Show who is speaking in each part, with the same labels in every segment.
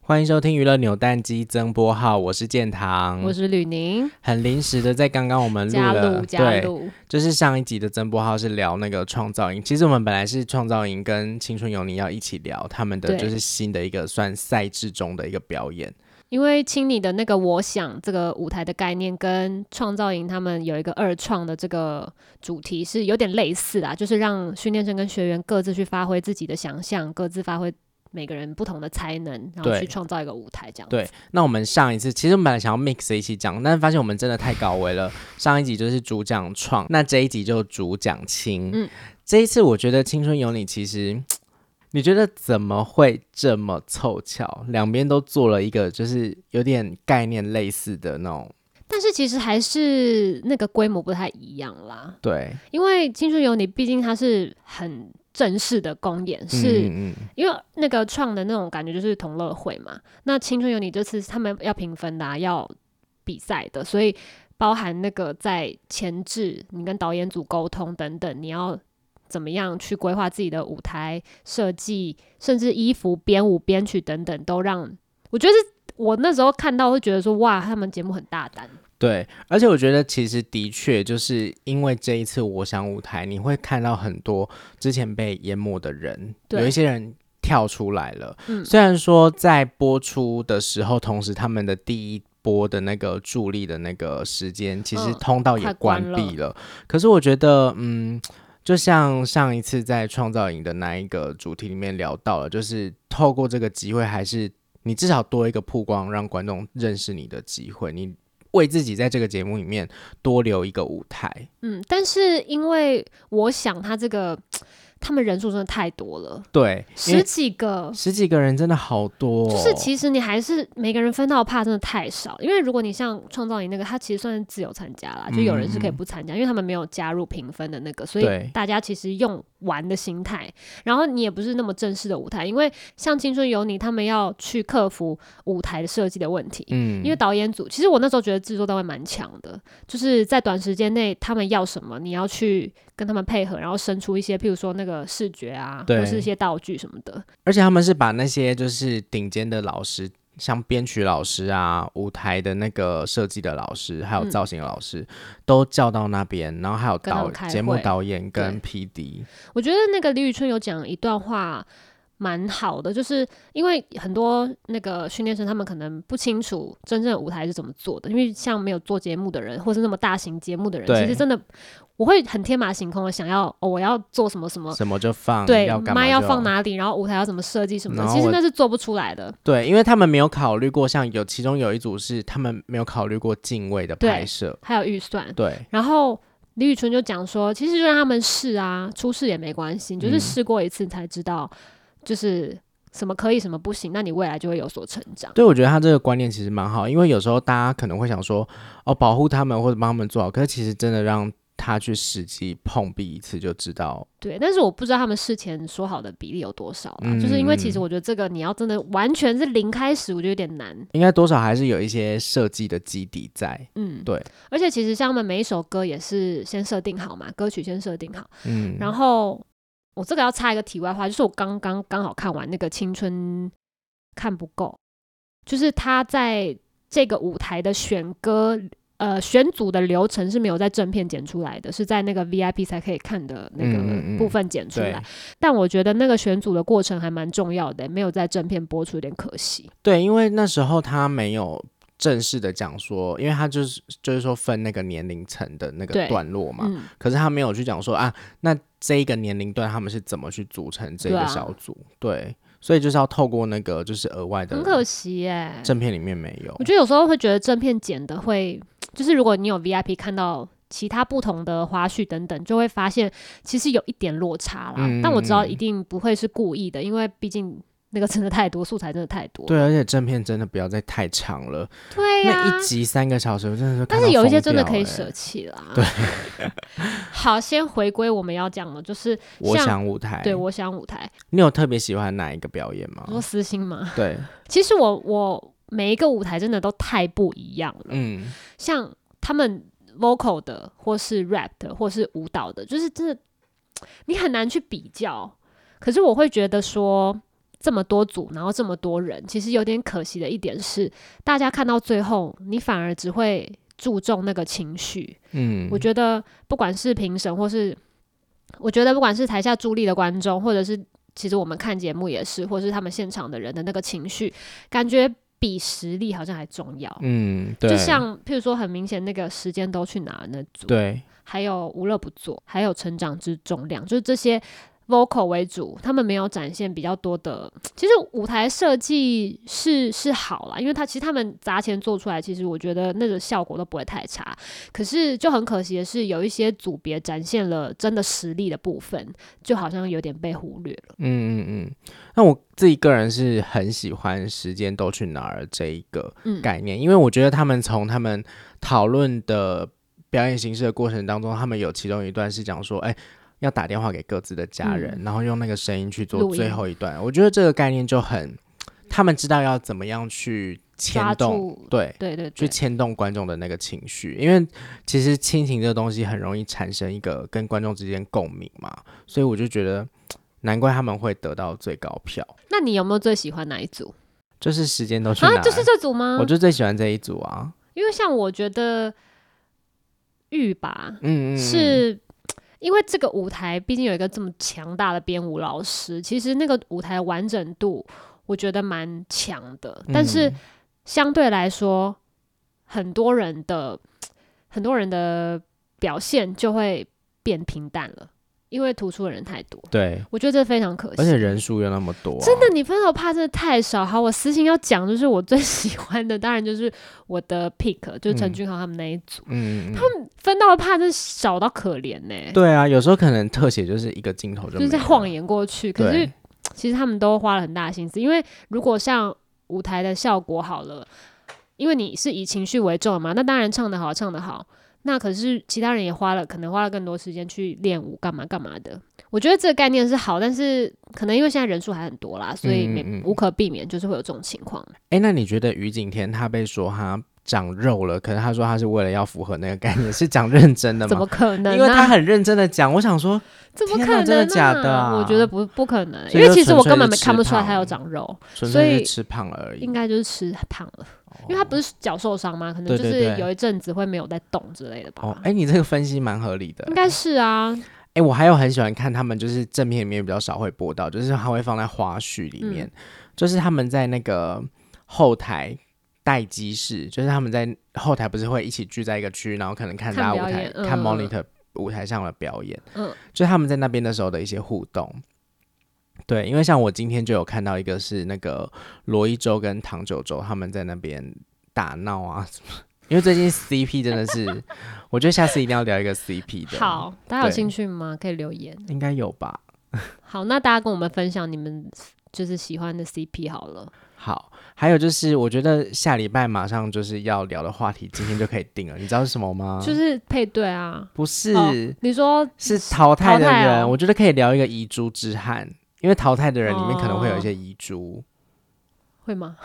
Speaker 1: 欢迎收听娱乐扭蛋机增播号，我是建堂，
Speaker 2: 我是吕宁，
Speaker 1: 很临时的，在刚刚我嗯们录
Speaker 2: 加
Speaker 1: 了
Speaker 2: 入加
Speaker 1: 对，
Speaker 2: 入，
Speaker 1: 就是上一集的增播号是聊那个创造营，其实我们本来是创造营跟青春有你要一起聊他们的
Speaker 2: 对
Speaker 1: 就是新的一个算赛制中的一个表演，
Speaker 2: 因为清理的那个我想这个舞台的概念跟创造营他们有一个二创的这个主题是有点类似啦，就是让训练生跟学员各自去发挥自己的想象，各自发挥每个人不同的才能，然后
Speaker 1: 对
Speaker 2: 去创造一个舞台这样子。
Speaker 1: 对，那我们上一次其实我们本来想要 mix 一起讲，但是发现我们真的太高危 了。上一集就是主讲创，那这一集就主讲青。
Speaker 2: 嗯
Speaker 1: 这一次我觉得《青春有你》其实，你觉得怎么会这么凑巧？两边都做了一个就是有点概念类似的那种，
Speaker 2: 但是其实还是那个规模不太一样啦，
Speaker 1: 对，
Speaker 2: 因为青春有你毕竟它是很正式的公演，是、
Speaker 1: 嗯嗯嗯
Speaker 2: 因为那个创的那种感觉就是同乐会嘛。那青春有你这次他们要评分的、啊，要比赛的，所以包含那个在前置，你跟导演组沟通等等，你要怎么样去规划自己的舞台设计，甚至衣服、编舞、编曲等等，都让我觉得是。我那时候看到会觉得说，哇，他们节目很大胆，
Speaker 1: 对，而且我觉得其实的确就是因为这一次我想舞台，你会看到很多之前被淹没的人，
Speaker 2: 对
Speaker 1: 有一些人跳出来了。
Speaker 2: 嗯
Speaker 1: 虽然说在播出的时候，同时他们的第一波的那个助力的那个时间，其实
Speaker 2: 嗯
Speaker 1: 通道也
Speaker 2: 快
Speaker 1: 关
Speaker 2: 关
Speaker 1: 闭了。可是我觉得，嗯，就像上一次在创造营的那一个主题里面聊到了，就是透过这个机会，还是你至少多一个曝光，让观众认识你的机会，你为自己在这个节目里面多留一个舞台。
Speaker 2: 嗯，但是因为我想他这个，他们人数真的太多了，
Speaker 1: 对，因
Speaker 2: 十
Speaker 1: 为
Speaker 2: 几个，
Speaker 1: 十几个人真的好多、哦，
Speaker 2: 就是其实你还是每个人分到的怕真的太少，因为如果你像创造营那个，他其实算是自由参加啦，就有人是可以
Speaker 1: 嗯嗯
Speaker 2: 不参加，因为他们没有加入评分的那个，所
Speaker 1: 对
Speaker 2: 以大家其实用玩的心态，然后你也不是那么正式的舞台，因为像青春有你，他们要去克服舞台设计的问题。
Speaker 1: 嗯
Speaker 2: 因为导演组，其实我那时候觉得制作单位蛮强的，就是在短时间内他们要什么，你要去跟他们配合，然后生出一些，譬如说那个视觉啊，或
Speaker 1: 对
Speaker 2: 者是一些道具什么的。
Speaker 1: 而且他们是把那些就是顶尖的老师，像编曲老师啊、舞台的那个设计的老师，还有
Speaker 2: 嗯
Speaker 1: 造型老师，都叫到那边，然后还有
Speaker 2: 跟他
Speaker 1: 导
Speaker 2: 们开
Speaker 1: 节目
Speaker 2: 会
Speaker 1: 导演跟
Speaker 2: 对
Speaker 1: P D，
Speaker 2: 我觉得那个李宇春有讲一段话蛮好的，就是因为很多那个训练生他们可能不清楚真正的舞台是怎么做的，因为像没有做节目的人，或是那么大型节目的人，
Speaker 1: 对
Speaker 2: 其实真的我会很天马行空的想要哦，我要做什么什么。
Speaker 1: 什么就放，
Speaker 2: 对，
Speaker 1: 要干嘛
Speaker 2: 麦要
Speaker 1: 就
Speaker 2: 放哪里，然后舞台要怎么设计什么的，
Speaker 1: 然后
Speaker 2: 其实
Speaker 1: 我
Speaker 2: 那是做不出来的。
Speaker 1: 对，因为他们没有考虑过，像有其中有一组是他们没有考虑过敬畏的
Speaker 2: 对
Speaker 1: 拍摄，
Speaker 2: 还有预算，
Speaker 1: 对
Speaker 2: 然后李宇春就讲说，其实就让他们试啊，出事也没关系，你就是
Speaker 1: 嗯
Speaker 2: 试过一次才知道，就是什么可以，什么不行，那你未来就会有所成长。
Speaker 1: 对，我觉得他这个观念其实蛮好，因为有时候大家可能会想说，哦，保护他们或者帮他们做好，可是其实真的让他去实际碰壁一次就知道，
Speaker 2: 对，但是我不知道他们事前说好的比例有多少啦，
Speaker 1: 嗯
Speaker 2: 就是因为其实我觉得这个你要真的完全是零开始，我觉得有点难。
Speaker 1: 应该多少还是有一些设计的基底在，
Speaker 2: 嗯，
Speaker 1: 对。
Speaker 2: 而且其实像他们每一首歌也是先设定好嘛，歌曲先设定好，
Speaker 1: 嗯，
Speaker 2: 然后我这个要插一个题外话，就是我刚刚刚好看完那个《青春看不够》，就是他在这个舞台的选歌。呃，选组的流程是没有在正片剪出来的，是在那个 VIP 才可以看的那
Speaker 1: 嗯嗯嗯
Speaker 2: 个部分剪出来。
Speaker 1: 对
Speaker 2: 但我觉得那个选组的过程还蛮重要的，没有在正片播出有点可惜。
Speaker 1: 对，因为那时候他没有正式的讲说，因为他就是就是说分那个年龄层的那个
Speaker 2: 对
Speaker 1: 段落嘛，
Speaker 2: 嗯，
Speaker 1: 可是他没有去讲说啊，那这一个年龄段他们是怎么去组成这
Speaker 2: 对
Speaker 1: 个
Speaker 2: 啊
Speaker 1: 小组？对，所以就是要透过那个就是额外
Speaker 2: 很可
Speaker 1: 的
Speaker 2: 惜耶。
Speaker 1: 正片里面没有
Speaker 2: 我，觉得有时候会觉得正片剪的会，就是如果你有 VIP 看到其他不同的花絮等等，就会发现其实有一点落差啦。
Speaker 1: 嗯
Speaker 2: 但我知道
Speaker 1: 嗯嗯
Speaker 2: 一定不会是故意的，因为毕竟那个真的太多，素材真的太多。
Speaker 1: 对，而且正片真的不要再太长了，
Speaker 2: 对呀、
Speaker 1: 那一集三个小时我真的是看
Speaker 2: 但
Speaker 1: 到疯掉欸、
Speaker 2: 是有一些真的可以舍弃啦。
Speaker 1: 对，
Speaker 2: 好，先回归我们要讲的，就是
Speaker 1: 我
Speaker 2: 像
Speaker 1: 想舞台，
Speaker 2: 对我想舞台，
Speaker 1: 你有特别喜欢哪一个表演吗
Speaker 2: 你？说私心吗？
Speaker 1: 对，
Speaker 2: 其实我我每一个舞台真的都太不一样了。
Speaker 1: 嗯，
Speaker 2: 像他们 vocal 的，或是 rap 的，或是舞蹈的，就是真的你很难去比较。可是我会觉得说，这么多组，然后这么多人，其实有点可惜的一点是，大家看到最后，你反而只会注重那个情绪。
Speaker 1: 嗯，
Speaker 2: 我觉得不管是评审，或是我觉得不管是台下助力的观众，或者是其实我们看节目也是，或是他们现场的人的那个情绪，感觉比实力好像还重要。
Speaker 1: 嗯，对，
Speaker 2: 就像譬如说，很明显那个时间都去哪了那组，
Speaker 1: 对，
Speaker 2: 还有无乐不作，还有成长之重量，就是这些 vocal 为主，他们没有展现比较多的。其实舞台设计是是好啦，因为他其实他们砸钱做出来，其实我觉得那个效果都不会太差。可是就很可惜的是，有一些组别展现了真的实力的部分，就好像有点被忽略了。
Speaker 1: 嗯嗯嗯。那我自己个人是很喜欢《时间都去哪儿》这一个
Speaker 2: 嗯，
Speaker 1: 概念，因为我觉得他们从他们讨论的表演形式的过程当中，他们有其中一段是讲说，哎、要打电话给各自的家人，然后用那个声音去做
Speaker 2: 嗯录音
Speaker 1: 最后一段。我觉得这个概念就很，他们知道要怎么样去牵
Speaker 2: 抓
Speaker 1: 动，
Speaker 2: 住，
Speaker 1: 对，
Speaker 2: 对对
Speaker 1: 去
Speaker 2: 对，
Speaker 1: 牵动观众的那个情绪，因为其实亲情这个东西很容易产生一个跟观众之间共鸣嘛，所以我就觉得难怪他们会得到最高票，
Speaker 2: 那你有没有最喜欢哪一组
Speaker 1: 就是时间都去哪
Speaker 2: 啊？
Speaker 1: 儿，
Speaker 2: 就是这组吗
Speaker 1: 我？就最喜欢这一组啊，
Speaker 2: 因为像我觉得玉吧，
Speaker 1: 嗯嗯，嗯，
Speaker 2: 是因为这个舞台毕竟有一个这么强大的编舞老师，其实那个舞台完整度我觉得蛮强的，但是
Speaker 1: 嗯
Speaker 2: 相对来说，很多人的很多人的表现就会变平淡了，因为突出的人太多，
Speaker 1: 对，
Speaker 2: 我觉得这非常可惜。
Speaker 1: 而且人数又那么多啊、
Speaker 2: 真的，你分手怕真的太少。好，我私心要讲，就是我最喜欢的，当然就是我的 pick，就是陈
Speaker 1: 嗯
Speaker 2: 俊豪他们那一组，
Speaker 1: 嗯，嗯，他们
Speaker 2: 分到的怕真的少到可怜呢、
Speaker 1: 对啊，有时候可能特写就是一个镜头就
Speaker 2: 就是
Speaker 1: 没
Speaker 2: 在
Speaker 1: 了
Speaker 2: 晃，眼过去。可是
Speaker 1: 对，
Speaker 2: 其实他们都花了很大的心思，因为如果像舞台的效果好了，因为你是以情绪为重的嘛，那当然唱得好，唱得好。那可是其他人也花了，可能花了更多时间去练舞，干嘛干嘛的。我觉得这个概念是好，但是可能因为现在人数还很多啦，所以没、
Speaker 1: 嗯嗯嗯
Speaker 2: 无可避免，就是会有这种情况。
Speaker 1: 哎，那你觉得于景天他被说他长肉了，可是他说他是为了要符合那个概念，是讲认真的吗？
Speaker 2: 怎么可能、啊？
Speaker 1: 因为他很认真的讲，我想说，
Speaker 2: 怎么可
Speaker 1: 天
Speaker 2: 能、
Speaker 1: 哪
Speaker 2: 啊？
Speaker 1: 真的假的啊
Speaker 2: 我觉得不不可能，因
Speaker 1: 所以
Speaker 2: 为
Speaker 1: 就
Speaker 2: 其实
Speaker 1: 纯
Speaker 2: 我
Speaker 1: 粹
Speaker 2: 根
Speaker 1: 是
Speaker 2: 本没
Speaker 1: 吃
Speaker 2: 看不出来
Speaker 1: 胖
Speaker 2: 他有长肉，
Speaker 1: 纯
Speaker 2: 所
Speaker 1: 粹
Speaker 2: 以
Speaker 1: 是吃胖了而已。
Speaker 2: 应该就是吃胖了。因为他不是脚受伤吗？可能
Speaker 1: 对
Speaker 2: 就
Speaker 1: 哦对
Speaker 2: 是
Speaker 1: 对
Speaker 2: 有一阵子会没有在动之类的吧。
Speaker 1: 哦，哎、你这个分析蛮合理的
Speaker 2: 应。该是啊，
Speaker 1: 哎、我还有很喜欢看他们，就是正片里面比较少会播到，就是他会放在花絮里
Speaker 2: 嗯
Speaker 1: 面，就是他们在那个后台待机室，就是他们在后台不是会一起聚在一个区，然后可能看
Speaker 2: 看
Speaker 1: 大家
Speaker 2: 表
Speaker 1: 舞台
Speaker 2: 演、嗯
Speaker 1: 看
Speaker 2: 嗯
Speaker 1: monitor 舞台上的表演，
Speaker 2: 嗯
Speaker 1: 就是他们在那边的时候的一些互动。对，因为像我今天就有看到一个是那个罗一舟跟唐九洲他们在那边打闹啊什么，因为最近 CP 真的是， 我觉得下次一定要聊一个 CP 的。，
Speaker 2: 好，大家有
Speaker 1: 对
Speaker 2: 兴趣吗？可以留言。
Speaker 1: 应该有吧？
Speaker 2: 好，那大家跟我们分享你们就是喜欢的 CP 好了。
Speaker 1: 好，还有就是我觉得下礼拜马上就是要聊的话题，今天就可以定了，你知道是什么吗？
Speaker 2: 就是配对啊，
Speaker 1: 不是、
Speaker 2: 哦你说
Speaker 1: 是淘汰的
Speaker 2: 淘汰
Speaker 1: 人，
Speaker 2: 哦
Speaker 1: 我觉得可以聊一个遗珠之憾，因为淘汰的人里面可能会有一
Speaker 2: 哦
Speaker 1: 些遗珠。
Speaker 2: 会吗？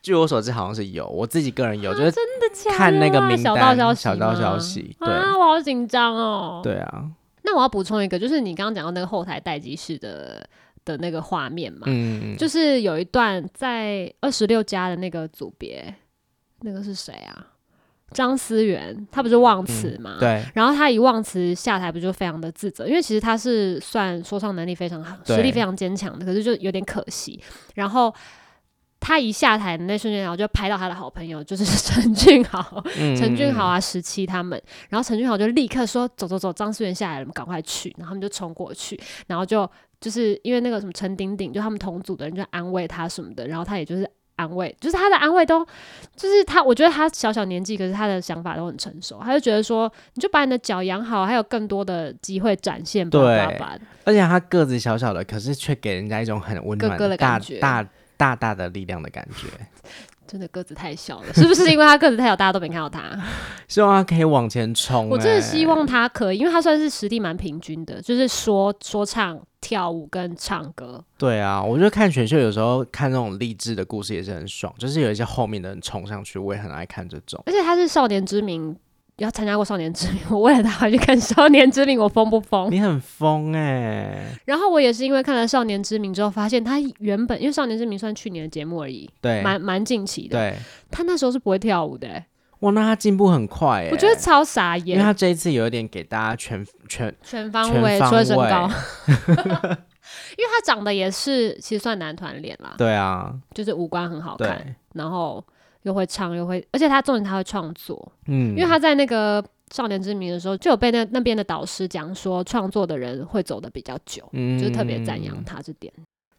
Speaker 1: 据我所知，好像是有，我自己个人有，就是
Speaker 2: 真的假的啊？
Speaker 1: 看那个名
Speaker 2: 小道
Speaker 1: 单，
Speaker 2: 消息，
Speaker 1: 小道消。息，对、
Speaker 2: 啊，我好紧张哦。
Speaker 1: 对啊，
Speaker 2: 那我要补充一个，就是你刚刚讲到那个后台待机室的的那个画面嘛，
Speaker 1: 嗯，
Speaker 2: 就是有一段在二十六家的那个组别，那个是谁啊？张思源，他不是忘词嘛、。
Speaker 1: 嗯对，
Speaker 2: 然后他一忘词下台，不就非常的自责？因为其实他是算说唱能力非常好，
Speaker 1: 对
Speaker 2: 实力非常坚强的，可是就有点可惜。然后他一下台的那瞬间，然后就拍到他的好朋友，就是 陈俊豪、
Speaker 1: 嗯
Speaker 2: 陈俊豪，啊、十七他们。然后陈俊豪就立刻说：“走走走，张思源下来了，我们赶快去。”然后他们就冲过去，然后就就是因为那个什么陈鼎鼎，就他们同组的人就安慰他什么的，然后他也就是安慰，就是他的安慰都就是他，我觉得他小小年纪，可是他的想法都很成熟，他就觉得说，你就把你的脚养好，还有更多的机会展现，
Speaker 1: 对
Speaker 2: 爸爸爸，
Speaker 1: 嗯而且他个子小小的，可是却给人家一种很温暖
Speaker 2: 哥哥的
Speaker 1: 大
Speaker 2: 感觉
Speaker 1: 大大大的力量的感觉。
Speaker 2: 真的个子太小了，是不是因为他个子太小，大家都没看到他？
Speaker 1: 希望他可以往前冲、
Speaker 2: 我真
Speaker 1: 欸
Speaker 2: 的希望他可以，因为他算是实力蛮平均的，就是说说唱、跳舞跟唱歌，
Speaker 1: 对啊，我觉得看选秀有时候看那种励志的故事也是很爽，就是有一些后面的人冲上去，我也很爱看这种。
Speaker 2: 而且他是少年之名要参加过《少年之名》， 我为了他还去看《少年之名》，我疯不疯？
Speaker 1: 你很疯哎、
Speaker 2: 然后我也是因为看了《少年之名》之后，发现他原本因为《少年之名》算去年的节目而已，
Speaker 1: 对
Speaker 2: 蛮蛮近期的。
Speaker 1: 对，
Speaker 2: 他那时候是不会跳舞的、欸
Speaker 1: 哇，那他进步很快哎、
Speaker 2: 我觉得超傻
Speaker 1: 因为
Speaker 2: 眼，
Speaker 1: 他这一次有一点给大家全全
Speaker 2: 全方
Speaker 1: 全
Speaker 2: 位
Speaker 1: 方
Speaker 2: 除了身
Speaker 1: 位
Speaker 2: 高。 因为他长得也是，其实算男团脸啦，
Speaker 1: 对啊，
Speaker 2: 就是五官很好看，
Speaker 1: 对，
Speaker 2: 然后又会唱，又会，而且他重点他会创作，
Speaker 1: 嗯，
Speaker 2: 因为他在那个《少年之名》的时候，就有被那那边的导师讲说，创作的人会走得比较久，
Speaker 1: 嗯
Speaker 2: 就是特别赞扬。他这点。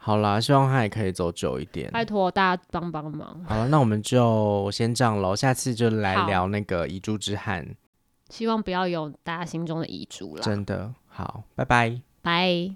Speaker 1: 好啦，希望他也可以走久一点。
Speaker 2: 拜托大家帮帮忙，
Speaker 1: 好了，那我们就先这样喽，下次就来
Speaker 2: 好
Speaker 1: 聊那个遗珠之憾，
Speaker 2: 希望不要有大家心中的遗珠啦。
Speaker 1: 真的好，拜拜。
Speaker 2: 拜。